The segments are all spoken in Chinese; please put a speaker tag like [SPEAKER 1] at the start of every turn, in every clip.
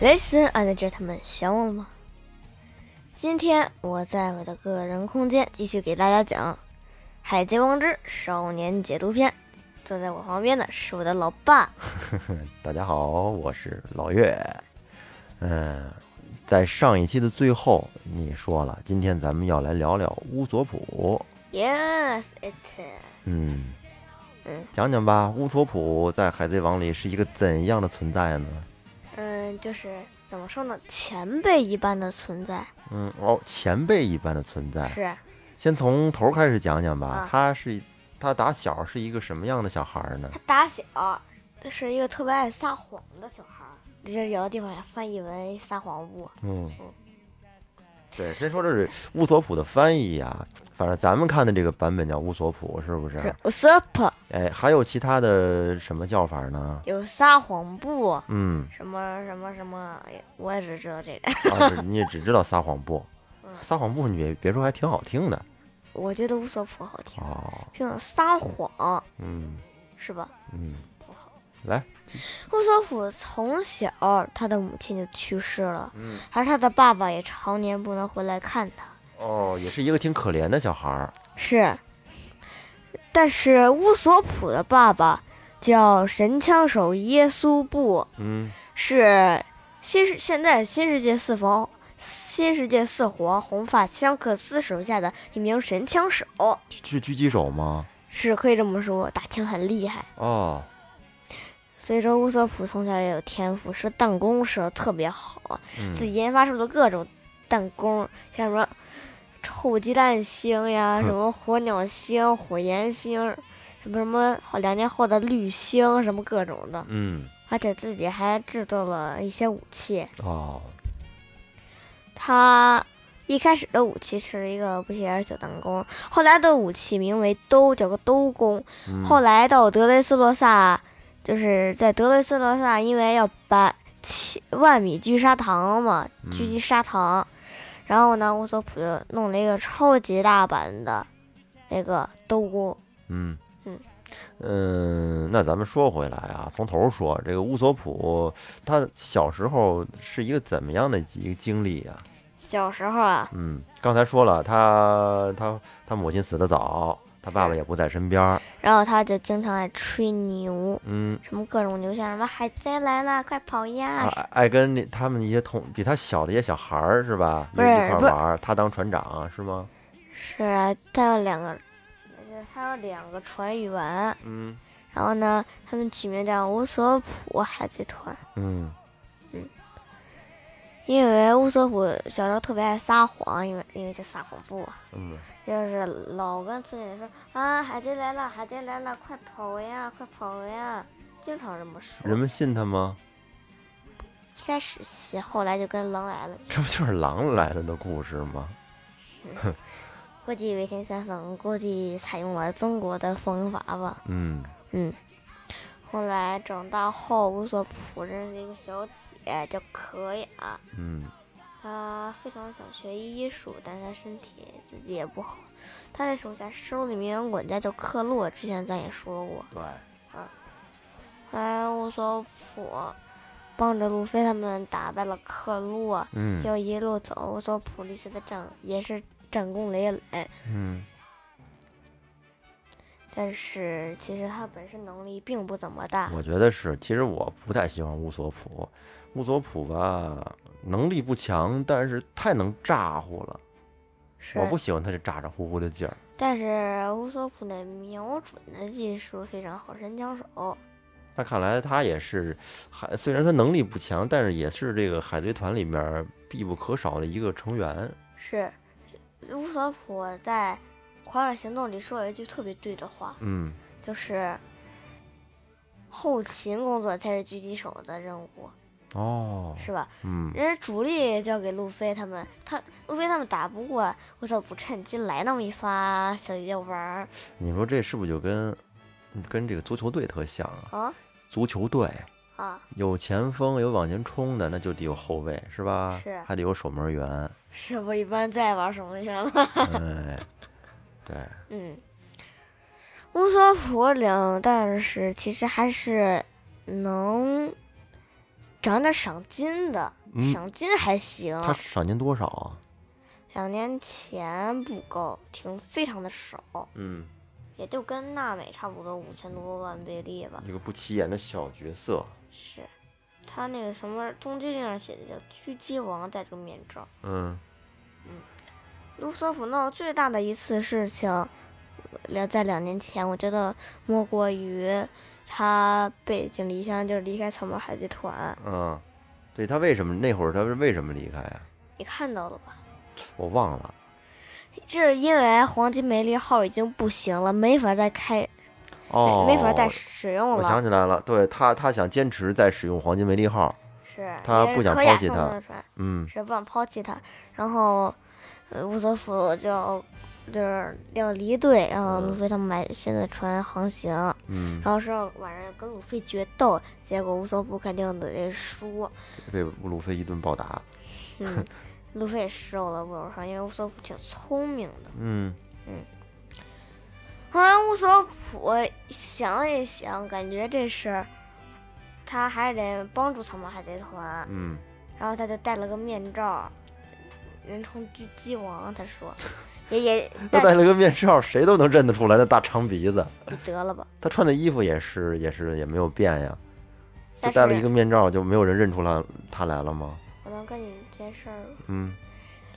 [SPEAKER 1] Listen and gentlemen，想我了吗？今天我在我的个人空间继续给大家讲《海贼王之少年解读篇》。坐在我旁边的是我的老爸，
[SPEAKER 2] 大家好，我是老岳。嗯，在上一期的最后，你说了，今天咱们要来聊聊乌索普。
[SPEAKER 1] Yes, it.
[SPEAKER 2] 嗯
[SPEAKER 1] 嗯，
[SPEAKER 2] 讲讲吧，乌索普在《海贼王》里是一个怎样的存在呢？
[SPEAKER 1] 嗯，就是怎么说呢，前辈一般的存在
[SPEAKER 2] 嗯，哦，前辈一般的存在。
[SPEAKER 1] 是
[SPEAKER 2] 先从头开始讲讲吧
[SPEAKER 1] 啊，
[SPEAKER 2] 他是他打小是一个什么样的小孩儿呢
[SPEAKER 1] 他？打小就是一个特别爱撒谎的小孩儿，就是有的地方也翻译为撒谎屋。
[SPEAKER 2] 嗯，对，先说这是乌索普的翻译啊，反正咱们看的这个版本叫乌索普，是不是？
[SPEAKER 1] 是 usurp
[SPEAKER 2] 哎，还有其他的什么叫法呢？
[SPEAKER 1] 有撒谎布，
[SPEAKER 2] 嗯，
[SPEAKER 1] 什么什么什么，我也只知道这个。
[SPEAKER 2] 啊，只你也只知道撒谎布，
[SPEAKER 1] 嗯
[SPEAKER 2] 撒谎布，你别别说，还挺好听的
[SPEAKER 1] 我觉得乌索普好听，
[SPEAKER 2] 哦。
[SPEAKER 1] 这种撒谎
[SPEAKER 2] 嗯
[SPEAKER 1] 是吧？
[SPEAKER 2] 嗯，来，
[SPEAKER 1] 乌索普从小他的母亲就去世了，而他的爸爸也常年不能回来看他。
[SPEAKER 2] 哦，也是一个挺可怜的小孩儿。
[SPEAKER 1] 是，但是乌索普的爸爸叫神枪手耶稣布，
[SPEAKER 2] 嗯，
[SPEAKER 1] 是新世现在新世界四皇新世界四皇红发香克斯手下的一名神枪手，
[SPEAKER 2] 是狙击手吗？
[SPEAKER 1] 是可以这么说，打枪很厉害。
[SPEAKER 2] 哦，
[SPEAKER 1] 所以说乌索普从小也有天赋，射弹弓射得特别好，
[SPEAKER 2] 嗯
[SPEAKER 1] 自己研发出了各种弹弓，像什么臭鸡蛋星呀，
[SPEAKER 2] 嗯
[SPEAKER 1] 什么火鸟星、火焰星，什么什么好两年后的绿星，什么各种的，
[SPEAKER 2] 嗯，
[SPEAKER 1] 而且自己还制作了一些武器。
[SPEAKER 2] 哦，
[SPEAKER 1] 他一开始的武器是一个不起眼儿小弹弓，后来的武器名为兜，叫个兜弓。
[SPEAKER 2] 嗯
[SPEAKER 1] 后来到德雷斯洛萨，就是在德雷斯洛萨，因为要把七万米狙杀堂嘛，
[SPEAKER 2] 嗯
[SPEAKER 1] 狙击砂糖，然后呢，乌索普就弄了一个超级大版的那个兜弓。
[SPEAKER 2] 嗯
[SPEAKER 1] 嗯
[SPEAKER 2] 嗯，那咱们说回来啊，从头说，这个乌索普他小时候是一个怎么样的一个经历啊？
[SPEAKER 1] 小时候啊，
[SPEAKER 2] 嗯，刚才说了，他他他母亲死得早，他爸爸也不在身边儿。
[SPEAKER 1] 然后他就经常爱吹牛，
[SPEAKER 2] 嗯，
[SPEAKER 1] 什么各种牛像什么海贼来了，快跑
[SPEAKER 2] 他
[SPEAKER 1] 呀！
[SPEAKER 2] 爱爱跟那他们一些同比他小的一些小孩儿是吧？一
[SPEAKER 1] 不
[SPEAKER 2] 块
[SPEAKER 1] 是
[SPEAKER 2] 儿
[SPEAKER 1] 不是
[SPEAKER 2] 玩儿，他当船长是吗？
[SPEAKER 1] 是啊，他有两个，就是他有两个船员，
[SPEAKER 2] 嗯
[SPEAKER 1] 然后呢，他们取名叫乌索普海贼团，
[SPEAKER 2] 嗯
[SPEAKER 1] 因为乌索普小时候特别爱撒谎，因为因为叫撒谎布，
[SPEAKER 2] 嗯
[SPEAKER 1] 就是老跟村里人说啊，海贼来了，海贼来了，快跑呀，快跑呀，经常这么说。
[SPEAKER 2] 人们信他吗？
[SPEAKER 1] 一开始信，后来就跟狼来了，
[SPEAKER 2] 这不就是狼来了的故事吗？
[SPEAKER 1] 估计为天三省，估计采用了中国的方法吧。
[SPEAKER 2] 嗯
[SPEAKER 1] 嗯，后来长大后，乌索普认识一个小姐叫可雅，
[SPEAKER 2] 嗯
[SPEAKER 1] 他非常想学医术，但是他身体自己也不好。他的手下收了一名管家叫克洛，之前咱也说过。啊
[SPEAKER 2] 对，
[SPEAKER 1] 后来乌索普帮着路飞他们打败了克洛，
[SPEAKER 2] 嗯
[SPEAKER 1] 要一路走，乌索普立下的战也是战功累累。
[SPEAKER 2] 嗯
[SPEAKER 1] 但是其实他本身能力并不怎么大，
[SPEAKER 2] 我觉得是，其实我不太喜欢乌索普，乌索普吧能力不强，但是太能咋呼了，
[SPEAKER 1] 是
[SPEAKER 2] 我。不喜欢他这咋咋呼呼的劲儿。
[SPEAKER 1] 但是乌索普的瞄准的技术非常好，神枪手。
[SPEAKER 2] 那看来他也是海，虽然他能力不强，但是也是这个海贼团里面必不可少的一个成员。
[SPEAKER 1] 是，乌索普在《狂野行动》里说有一句特别对的话，
[SPEAKER 2] 嗯
[SPEAKER 1] 就是后勤工作才是狙击手的任务，
[SPEAKER 2] 哦，
[SPEAKER 1] 是吧？
[SPEAKER 2] 嗯
[SPEAKER 1] 人家主力交给路飞他们，他路飞他们打不过，乌索普趁机来那么一发小药丸儿
[SPEAKER 2] 你说这是不是就跟跟这个足球队特像啊？
[SPEAKER 1] 啊
[SPEAKER 2] 足球队
[SPEAKER 1] 啊！
[SPEAKER 2] 有前锋，有往前冲的，那就得有后卫，是吧？
[SPEAKER 1] 是
[SPEAKER 2] 还得有守 门员。
[SPEAKER 1] 是我一般最爱玩什么样了？
[SPEAKER 2] 哎，对，
[SPEAKER 1] 嗯，乌索普领，但是其实还是能找点赏金的，
[SPEAKER 2] 嗯
[SPEAKER 1] 赏金还行。
[SPEAKER 2] 他赏您多少啊？
[SPEAKER 1] 两年前不够，停非常的少，
[SPEAKER 2] 嗯，
[SPEAKER 1] 也就跟娜美差不多五千多万贝利吧。
[SPEAKER 2] 一个不起眼的小角色，
[SPEAKER 1] 是，他那个什么东京令上写的叫“狙击王”戴这个面罩。
[SPEAKER 2] 嗯
[SPEAKER 1] 卢索普闹最大的一次事情，两在两年前，我觉得莫过于他背井离乡，就是离开草莓海贼团。
[SPEAKER 2] 嗯，对他为什么那会儿他是为什么离开呀、
[SPEAKER 1] 你看到了吧？
[SPEAKER 2] 我忘了，
[SPEAKER 1] 这是因为黄金梅利号已经不行了，没法再开，
[SPEAKER 2] 哦，
[SPEAKER 1] 没法再使用
[SPEAKER 2] 我想
[SPEAKER 1] 了。
[SPEAKER 2] 起来了，对他，他想坚持再使用黄金维利号，
[SPEAKER 1] 是，
[SPEAKER 2] 他
[SPEAKER 1] 也
[SPEAKER 2] 不
[SPEAKER 1] 是
[SPEAKER 2] 想
[SPEAKER 1] 科
[SPEAKER 2] 抛
[SPEAKER 1] 亚
[SPEAKER 2] 弃
[SPEAKER 1] 送
[SPEAKER 2] 他
[SPEAKER 1] 的船，
[SPEAKER 2] 嗯
[SPEAKER 1] 是不想抛弃他。然后，呃，乌索普就就是要离队，然后
[SPEAKER 2] 嗯
[SPEAKER 1] 路飞他们买新的船航行。
[SPEAKER 2] 嗯，
[SPEAKER 1] 然后说晚上要跟鲁飞决斗，结果乌索普肯定得输，
[SPEAKER 2] 被路飞一顿暴打，
[SPEAKER 1] 嗯，路飞也受了不少伤，因为乌索普挺聪明的。
[SPEAKER 2] 嗯
[SPEAKER 1] 后来乌索普想一想，感觉这事儿他还得帮助草帽海贼团，
[SPEAKER 2] 嗯，
[SPEAKER 1] 然后他就戴了个面罩，人称狙击王，他 说，也也
[SPEAKER 2] 他
[SPEAKER 1] 戴
[SPEAKER 2] 戴了个面罩，谁都能认得出来那大长鼻子，
[SPEAKER 1] 你得了吧，
[SPEAKER 2] 他穿的衣服也是也是也没有变呀，就
[SPEAKER 1] 但
[SPEAKER 2] 戴了一
[SPEAKER 1] 是
[SPEAKER 2] 个面罩，就没有人认出来他来了吗？
[SPEAKER 1] 我能跟你这件事儿。
[SPEAKER 2] 嗯，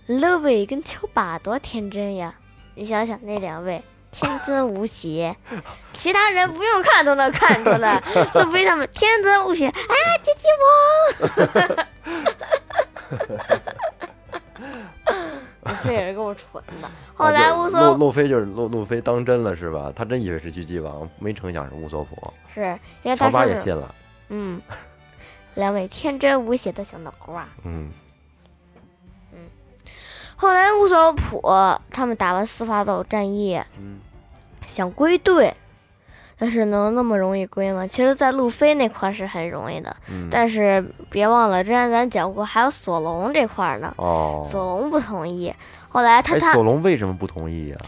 [SPEAKER 1] 乐伟跟丘巴多天真呀！你想想那两位天真无 邪，其他人不用看都能看出来。乐伟他们天真无邪，哎，姐姐 我。你这也是够蠢的。后来
[SPEAKER 2] 啊就
[SPEAKER 1] 乌
[SPEAKER 2] 路
[SPEAKER 1] 索
[SPEAKER 2] 路飞就是路路飞当真了是吧？他真以为是狙击王，没成想是乌索普，
[SPEAKER 1] 是因为
[SPEAKER 2] 乔
[SPEAKER 1] 他
[SPEAKER 2] 巴也
[SPEAKER 1] 是
[SPEAKER 2] 信了，
[SPEAKER 1] 嗯，两位天真无邪的小脑瓜。
[SPEAKER 2] 嗯
[SPEAKER 1] 后来乌索普他们打完司法岛战役，
[SPEAKER 2] 嗯
[SPEAKER 1] 想归队，但是能那么容易归吗？其实，在路飞那块儿是很容易的，
[SPEAKER 2] 嗯，
[SPEAKER 1] 但是别忘了，之前咱讲过，还有索隆这块儿呢。
[SPEAKER 2] 哦，
[SPEAKER 1] 索隆不同意，后来他
[SPEAKER 2] 哎，
[SPEAKER 1] 他
[SPEAKER 2] 索隆为什么不同意呀、啊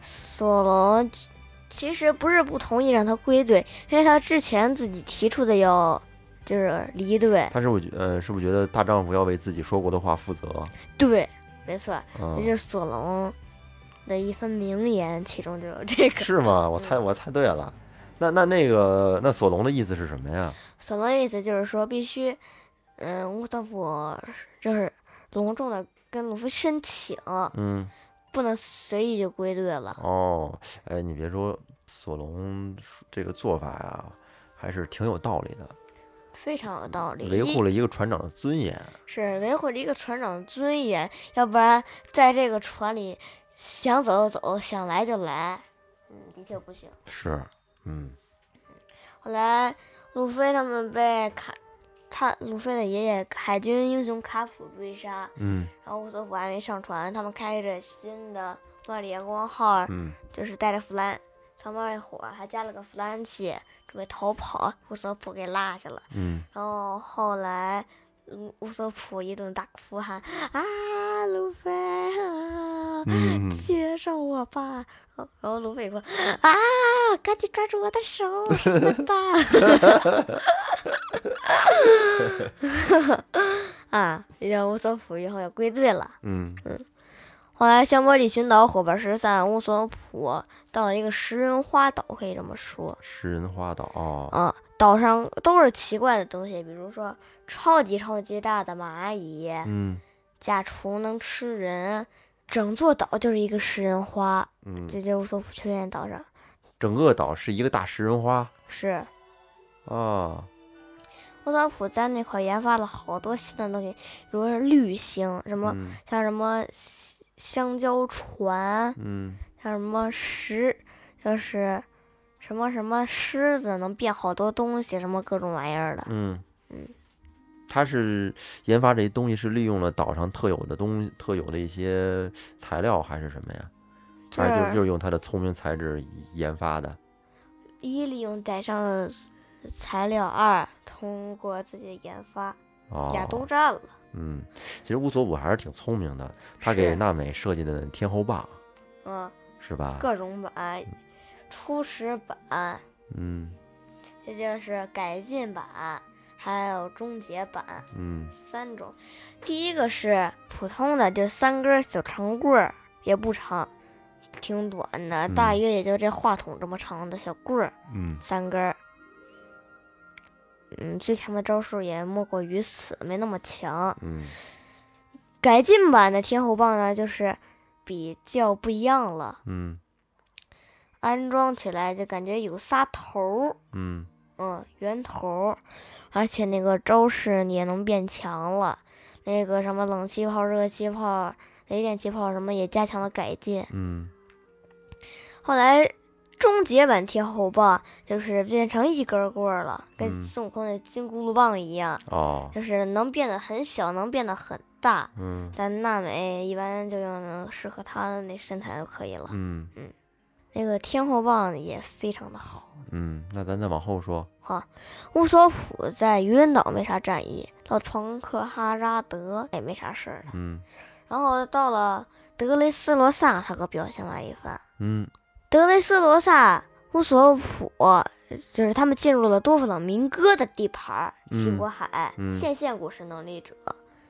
[SPEAKER 1] 索隆其其实不是不同意让他归队，因为他之前自己提出的要就是离队，
[SPEAKER 2] 他是不是觉呃，是不是觉得大丈夫要为自己说过的话负责？
[SPEAKER 1] 对，没错，这
[SPEAKER 2] 嗯，
[SPEAKER 1] 是索隆的一番名言，其中就有这个。
[SPEAKER 2] 是吗？我
[SPEAKER 1] 嗯
[SPEAKER 2] 猜我猜对了。那那那个那索隆的意思是什么呀？
[SPEAKER 1] 索隆的意思就是说，必须，嗯，乌索普就是隆重的跟鲁夫申请，
[SPEAKER 2] 嗯，
[SPEAKER 1] 不能随意就归队了。
[SPEAKER 2] 哦，哎，你别说，索隆这个做法啊，还是挺有道理的，
[SPEAKER 1] 非常有道理，
[SPEAKER 2] 维护
[SPEAKER 1] 一
[SPEAKER 2] 了一个船长的尊严。
[SPEAKER 1] 是维护了一个船长的尊严，要不然在这个船里想走就走，想来就来，嗯，的确不行。
[SPEAKER 2] 是，嗯
[SPEAKER 1] 后来鲁菲他们被卡，他鲁菲的爷爷海军英雄卡普追杀，
[SPEAKER 2] 嗯
[SPEAKER 1] 然后乌索普还没上船，他们开着新的万里阳光号
[SPEAKER 2] 嗯，
[SPEAKER 1] 就是带着弗兰长毛一伙儿，还加了个弗兰奇，准备逃跑，乌索普给落下了。
[SPEAKER 2] 嗯，
[SPEAKER 1] 然后后来，嗯乌索普一顿大哭喊啊，路飞啊，
[SPEAKER 2] 嗯
[SPEAKER 1] 接上我吧！然后路飞说啊，赶紧抓住我的手什么 的。啊，让乌索普以后要归队了。
[SPEAKER 2] 嗯
[SPEAKER 1] 后来，香波里群岛火把失散，乌索普到了一个食人花岛，可以这么说
[SPEAKER 2] 食人花岛哦，
[SPEAKER 1] 啊。岛上都是奇怪的东西，比如说超级超级大的蚂蚁、
[SPEAKER 2] 嗯
[SPEAKER 1] 甲虫能吃人，整座岛就是一个食人花，
[SPEAKER 2] 嗯，
[SPEAKER 1] 这就是乌索普去练岛上
[SPEAKER 2] 整个岛是一个大食人花
[SPEAKER 1] 是。
[SPEAKER 2] 啊，
[SPEAKER 1] 乌索普在那块儿研发了好多新的东西，比如说绿星，什么、
[SPEAKER 2] 嗯
[SPEAKER 1] 像什么香香蕉船，
[SPEAKER 2] 嗯
[SPEAKER 1] 像什么狮，就是什么什么狮子能变好多东西，什么各种玩意儿的。
[SPEAKER 2] 嗯，他是研发这些东西是利用了岛上特有的东西、特有的一些材料还是什么呀？反哎正就是就是用他的聪明才智研发的。
[SPEAKER 1] 一利用岛上的材料，二通过自己的研发，
[SPEAKER 2] 哦，
[SPEAKER 1] 俩都占了。
[SPEAKER 2] 嗯，其实乌索普还是挺聪明的，他
[SPEAKER 1] 是
[SPEAKER 2] 给娜美设计的天后棒
[SPEAKER 1] 嗯，
[SPEAKER 2] 是吧？
[SPEAKER 1] 各种版，初始版，
[SPEAKER 2] 嗯
[SPEAKER 1] 这就是改进版，还有终结版
[SPEAKER 2] 嗯
[SPEAKER 1] 三种。第一个是普通的，就三根小长棍儿，也不长，挺短的，
[SPEAKER 2] 嗯
[SPEAKER 1] 大约也就这话筒这么长的小棍儿，
[SPEAKER 2] 嗯
[SPEAKER 1] 三根儿。嗯，最强的招数也莫过于此，没那么强。
[SPEAKER 2] 嗯
[SPEAKER 1] 改进版的天后棒呢，就是比较不一样了，
[SPEAKER 2] 嗯
[SPEAKER 1] 安装起来就感觉有仨头儿，
[SPEAKER 2] 嗯
[SPEAKER 1] 嗯，圆头儿，而且那个招式也能变强了，那个什么冷气泡、热气泡、雷电气泡什么也加强了改进。
[SPEAKER 2] 嗯
[SPEAKER 1] 后来终结版天后棒就是变成一根棍儿了，跟
[SPEAKER 2] 嗯
[SPEAKER 1] 孙悟空的金箍噜棒一样，
[SPEAKER 2] 哦
[SPEAKER 1] 就是能变得很小，能变得很大。
[SPEAKER 2] 嗯
[SPEAKER 1] 但娜美一般就用能适合她的那身材就可以了。
[SPEAKER 2] 嗯
[SPEAKER 1] 那个天后棒也非常的好。
[SPEAKER 2] 嗯，那咱再往后说，
[SPEAKER 1] 乌索普在愚人岛没啥战役，到彭克哈拉德也没啥事儿了，
[SPEAKER 2] 嗯
[SPEAKER 1] 然后到了德雷斯罗萨，他可表现了一番。
[SPEAKER 2] 嗯
[SPEAKER 1] 德雷斯罗萨、乌索普，就是他们进入了多弗朗明哥的地盘儿——
[SPEAKER 2] 嗯
[SPEAKER 1] 齐国海，
[SPEAKER 2] 嗯
[SPEAKER 1] 线线果实能力者，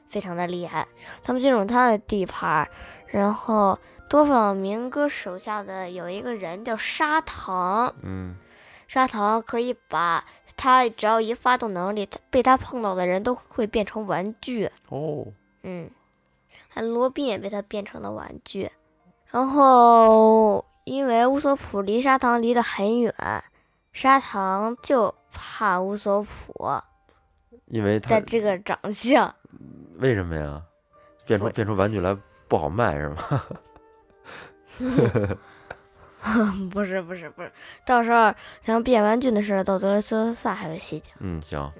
[SPEAKER 1] 非常的厉害。他们进入他的地盘儿，然后多弗朗明哥手下的有一个人叫砂糖，
[SPEAKER 2] 嗯
[SPEAKER 1] 砂糖可以把他只要一发动能力，他被他碰到的人都会变成玩具。
[SPEAKER 2] 哦
[SPEAKER 1] 嗯，还罗宾也被他变成了玩具。然后因为乌索普离砂糖离得很远，砂糖就怕乌索普
[SPEAKER 2] 因为他
[SPEAKER 1] 的这个长相。
[SPEAKER 2] 为什么呀？变出
[SPEAKER 1] 我
[SPEAKER 2] 变出玩具来不好卖是吗？
[SPEAKER 1] 不是不是不是，到时候像变玩具的事儿，到德雷斯萨还会细讲。
[SPEAKER 2] 嗯，行，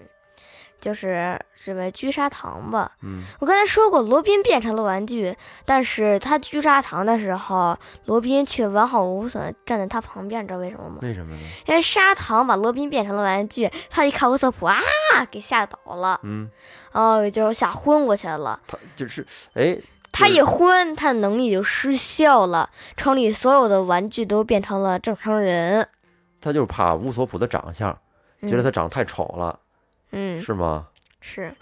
[SPEAKER 1] 就是这位狙砂糖吧，
[SPEAKER 2] 嗯
[SPEAKER 1] 我刚才说过，罗宾变成了玩具，但是他狙砂糖的时候，罗宾却完好无损地站在他旁边，你知道为什么吗？
[SPEAKER 2] 为什么呢？
[SPEAKER 1] 因为砂糖把罗宾变成了玩具，他一看乌瑟普啊，给吓倒了，
[SPEAKER 2] 嗯，
[SPEAKER 1] 然后也就是吓昏过去了。
[SPEAKER 2] 他就是哎，
[SPEAKER 1] 他
[SPEAKER 2] 就是
[SPEAKER 1] 一昏，他的能力就失效了，城里所有的玩具都变成了正常人。
[SPEAKER 2] 他就是怕乌索普的长相，
[SPEAKER 1] 嗯、
[SPEAKER 2] 觉得他长得太丑了，
[SPEAKER 1] 嗯
[SPEAKER 2] 是吗？
[SPEAKER 1] 是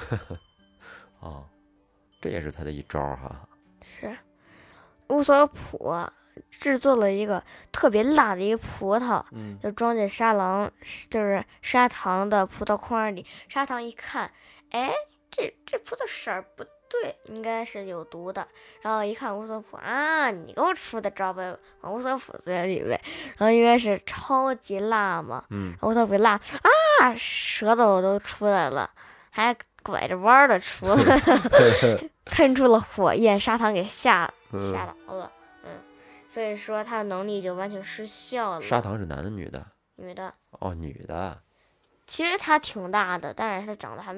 [SPEAKER 2] 啊、这也是他的一招儿哈。
[SPEAKER 1] 是，乌索普制作了一个特别辣的一个葡萄，
[SPEAKER 2] 嗯
[SPEAKER 1] 就装在砂糖，就是砂糖的葡萄筐里。砂糖一看，哎，这这葡萄色儿不对，应该是有毒的。然后一看乌索普啊，你给我出的招呗，往乌索普嘴里喂。然后应该是超级辣嘛，
[SPEAKER 2] 嗯
[SPEAKER 1] 乌索普辣啊，舌头都出来了，还拐着弯儿的出来，喷出了 火焰，砂糖给吓吓
[SPEAKER 2] 嗯，
[SPEAKER 1] 倒了。嗯，所以说他的能力就完全失效
[SPEAKER 2] 嗯砂
[SPEAKER 1] 了。
[SPEAKER 2] 糖是男的女的？
[SPEAKER 1] 女的。
[SPEAKER 2] 哦，女的。
[SPEAKER 1] 其实他挺大的，但是他长得还，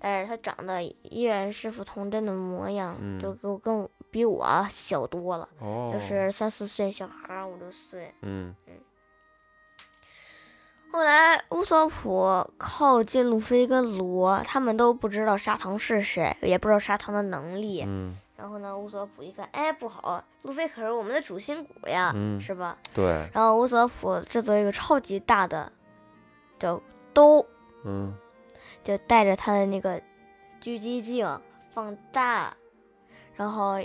[SPEAKER 1] 但是他长得依然是副童真的模样，
[SPEAKER 2] 嗯
[SPEAKER 1] 就跟我跟我比我小多了，
[SPEAKER 2] 哦，
[SPEAKER 1] 就是三四岁小孩儿，五六岁。
[SPEAKER 2] 嗯
[SPEAKER 1] 后来乌索普靠近路飞跟罗，他们都不知道砂糖是谁，也不知道砂糖的能力。
[SPEAKER 2] 嗯
[SPEAKER 1] 然后呢，乌索普一看，哎，不好，路飞可是我们的主心骨呀，
[SPEAKER 2] 嗯，
[SPEAKER 1] 是吧？
[SPEAKER 2] 对，
[SPEAKER 1] 然后乌索普制作一个超级大的叫兜，
[SPEAKER 2] 嗯
[SPEAKER 1] 就带着他的那个狙击镜放大，然后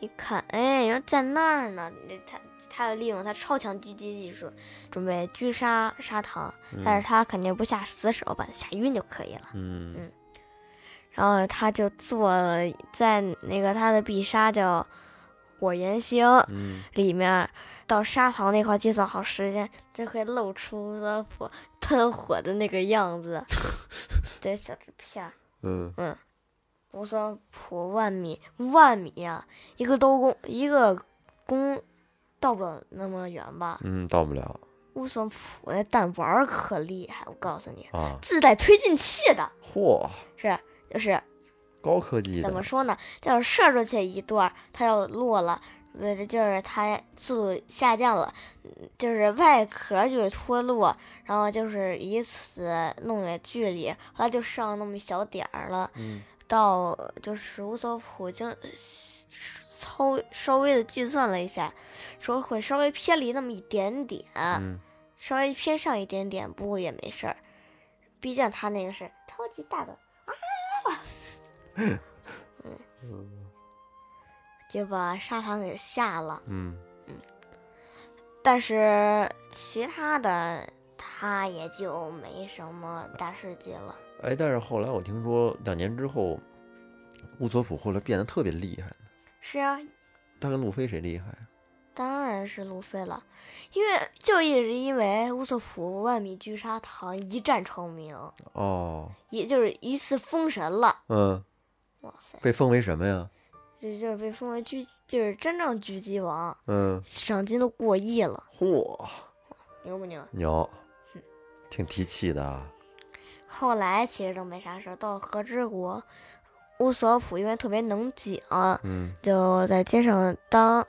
[SPEAKER 1] 一看，哎，原来在那儿呢。他他利用他超强狙击技术，准备狙杀砂糖，但
[SPEAKER 2] 嗯
[SPEAKER 1] 是他肯定不下死手，把他吓晕就可以了。
[SPEAKER 2] 嗯
[SPEAKER 1] 然后他就做了在那个他的必杀叫火焰星
[SPEAKER 2] 嗯
[SPEAKER 1] 里面。到砂糖那块计算好时间，就会露出的火喷火的那个样 子，对小纸片儿。
[SPEAKER 2] 嗯
[SPEAKER 1] 乌索普万米万米呀、一个兜弓一个弓，到不了那么远吧？
[SPEAKER 2] 嗯，到不了
[SPEAKER 1] 乌索普那弹丸儿可厉害，我告诉你，
[SPEAKER 2] 啊！
[SPEAKER 1] 自带推进器的，
[SPEAKER 2] 嚯，
[SPEAKER 1] 是就是
[SPEAKER 2] 高科技
[SPEAKER 1] 怎么
[SPEAKER 2] 的，
[SPEAKER 1] 说呢？就是射出去一段儿，它要落了，呃，就是它速度下降了，嗯就是外壳就会脱落，然后就是以此弄远距离，后来就剩那么一小点儿了。
[SPEAKER 2] 嗯
[SPEAKER 1] 到就是乌索普经稍稍微的计算了一下，说会稍微偏离那么一点点，
[SPEAKER 2] 嗯
[SPEAKER 1] 稍微偏上一点点，不过也没事儿。 B 站他那个是超级大的啊，
[SPEAKER 2] 嗯
[SPEAKER 1] 就把砂糖给下了。
[SPEAKER 2] 嗯
[SPEAKER 1] 但是其他的他也就没什么大事迹了。
[SPEAKER 2] 哎，但是后来我听说两年之后，乌索普后来变得特别厉害，
[SPEAKER 1] 是啊，
[SPEAKER 2] 他跟路飞谁厉害啊？
[SPEAKER 1] 当然是路飞了，因为就一直因为乌索普万米狙砂糖一战成名，
[SPEAKER 2] 哦，
[SPEAKER 1] 也就是一次封神了。
[SPEAKER 2] 嗯，
[SPEAKER 1] 哇塞，
[SPEAKER 2] 被封为什么呀？
[SPEAKER 1] 这就是被封为狙，就是真正狙击王，
[SPEAKER 2] 嗯，
[SPEAKER 1] 赏金都过亿了，
[SPEAKER 2] 嚯，
[SPEAKER 1] 牛不牛？
[SPEAKER 2] 牛，挺提气的啊。
[SPEAKER 1] 后来其实都没啥事儿，到了和之国，乌索普因为特别能讲，
[SPEAKER 2] 嗯
[SPEAKER 1] 就在街上当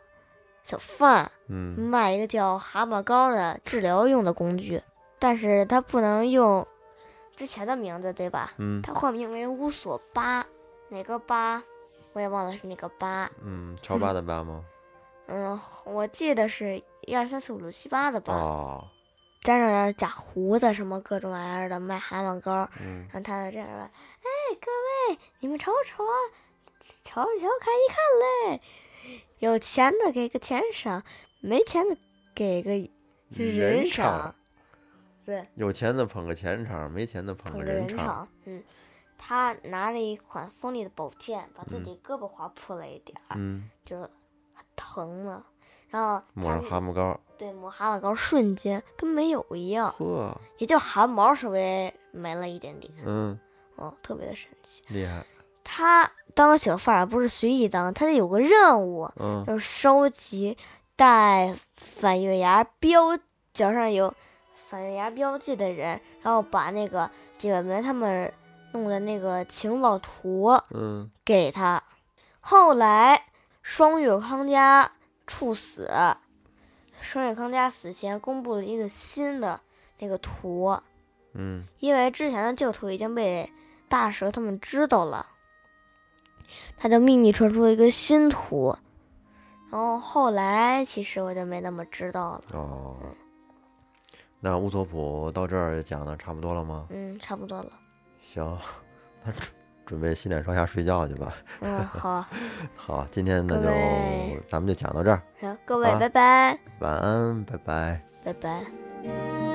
[SPEAKER 1] 小贩，
[SPEAKER 2] 嗯
[SPEAKER 1] 卖一个叫蛤蟆膏的治疗用的工具，但是他不能用之前的名字，对吧？
[SPEAKER 2] 嗯
[SPEAKER 1] 他换名为乌索巴，哪个巴？我也忘了是哪个巴。
[SPEAKER 2] 嗯，超八的 八吗？
[SPEAKER 1] 嗯，我记得是一二三四五六七八的吧，
[SPEAKER 2] 哦，
[SPEAKER 1] 粘上点假胡子什么各种玩意儿的卖蛤蟆膏，
[SPEAKER 2] 嗯
[SPEAKER 1] 然后他就这样说：“哎，各位，你们瞅瞅啊，瞧瞧看一看嘞，有钱的给个钱赏，没钱的给个人赏
[SPEAKER 2] 场，，
[SPEAKER 1] 对，
[SPEAKER 2] 有钱的捧个钱场，没钱的捧
[SPEAKER 1] 捧
[SPEAKER 2] 个
[SPEAKER 1] 个人
[SPEAKER 2] 场。
[SPEAKER 1] 场。嗯，他拿着一款锋利的宝剑，把自
[SPEAKER 2] 嗯
[SPEAKER 1] 己胳膊划破了一点儿，
[SPEAKER 2] 嗯，
[SPEAKER 1] 就很疼了。然后
[SPEAKER 2] 抹上
[SPEAKER 1] 啊他
[SPEAKER 2] 蛤蟆膏，
[SPEAKER 1] 对抹蛤蟆膏，瞬间跟没有一样，
[SPEAKER 2] 呵，
[SPEAKER 1] 也就汗毛稍微没了一点点，
[SPEAKER 2] 嗯，
[SPEAKER 1] 哦，特别的神奇。
[SPEAKER 2] 厉害，
[SPEAKER 1] 他当小贩儿不是随意当，他得有个任务，
[SPEAKER 2] 嗯
[SPEAKER 1] 就是收集带反月牙标脚上有反月牙标记的人，然后把那个姐妹他们弄的那个情报图
[SPEAKER 2] 嗯
[SPEAKER 1] 给他。后来双月康家处死，双月康家死前公布了一个新的那个图，
[SPEAKER 2] 嗯
[SPEAKER 1] 因为之前的旧图已经被大蛇他们知道了，他就秘密传出了一个新图。然后后来其实我就没那么知道了。
[SPEAKER 2] 哦。那乌索普到这儿讲的差不多了吗？
[SPEAKER 1] 嗯，差不多了。
[SPEAKER 2] 行，那准准备洗脸刷牙睡觉去吧。
[SPEAKER 1] 嗯，好，
[SPEAKER 2] 好，今天那
[SPEAKER 1] 各
[SPEAKER 2] 就
[SPEAKER 1] 位
[SPEAKER 2] 咱们就讲到这儿，
[SPEAKER 1] 行，各位，
[SPEAKER 2] 啊
[SPEAKER 1] 拜拜，
[SPEAKER 2] 晚安，拜拜。
[SPEAKER 1] 拜拜。
[SPEAKER 2] 嗯。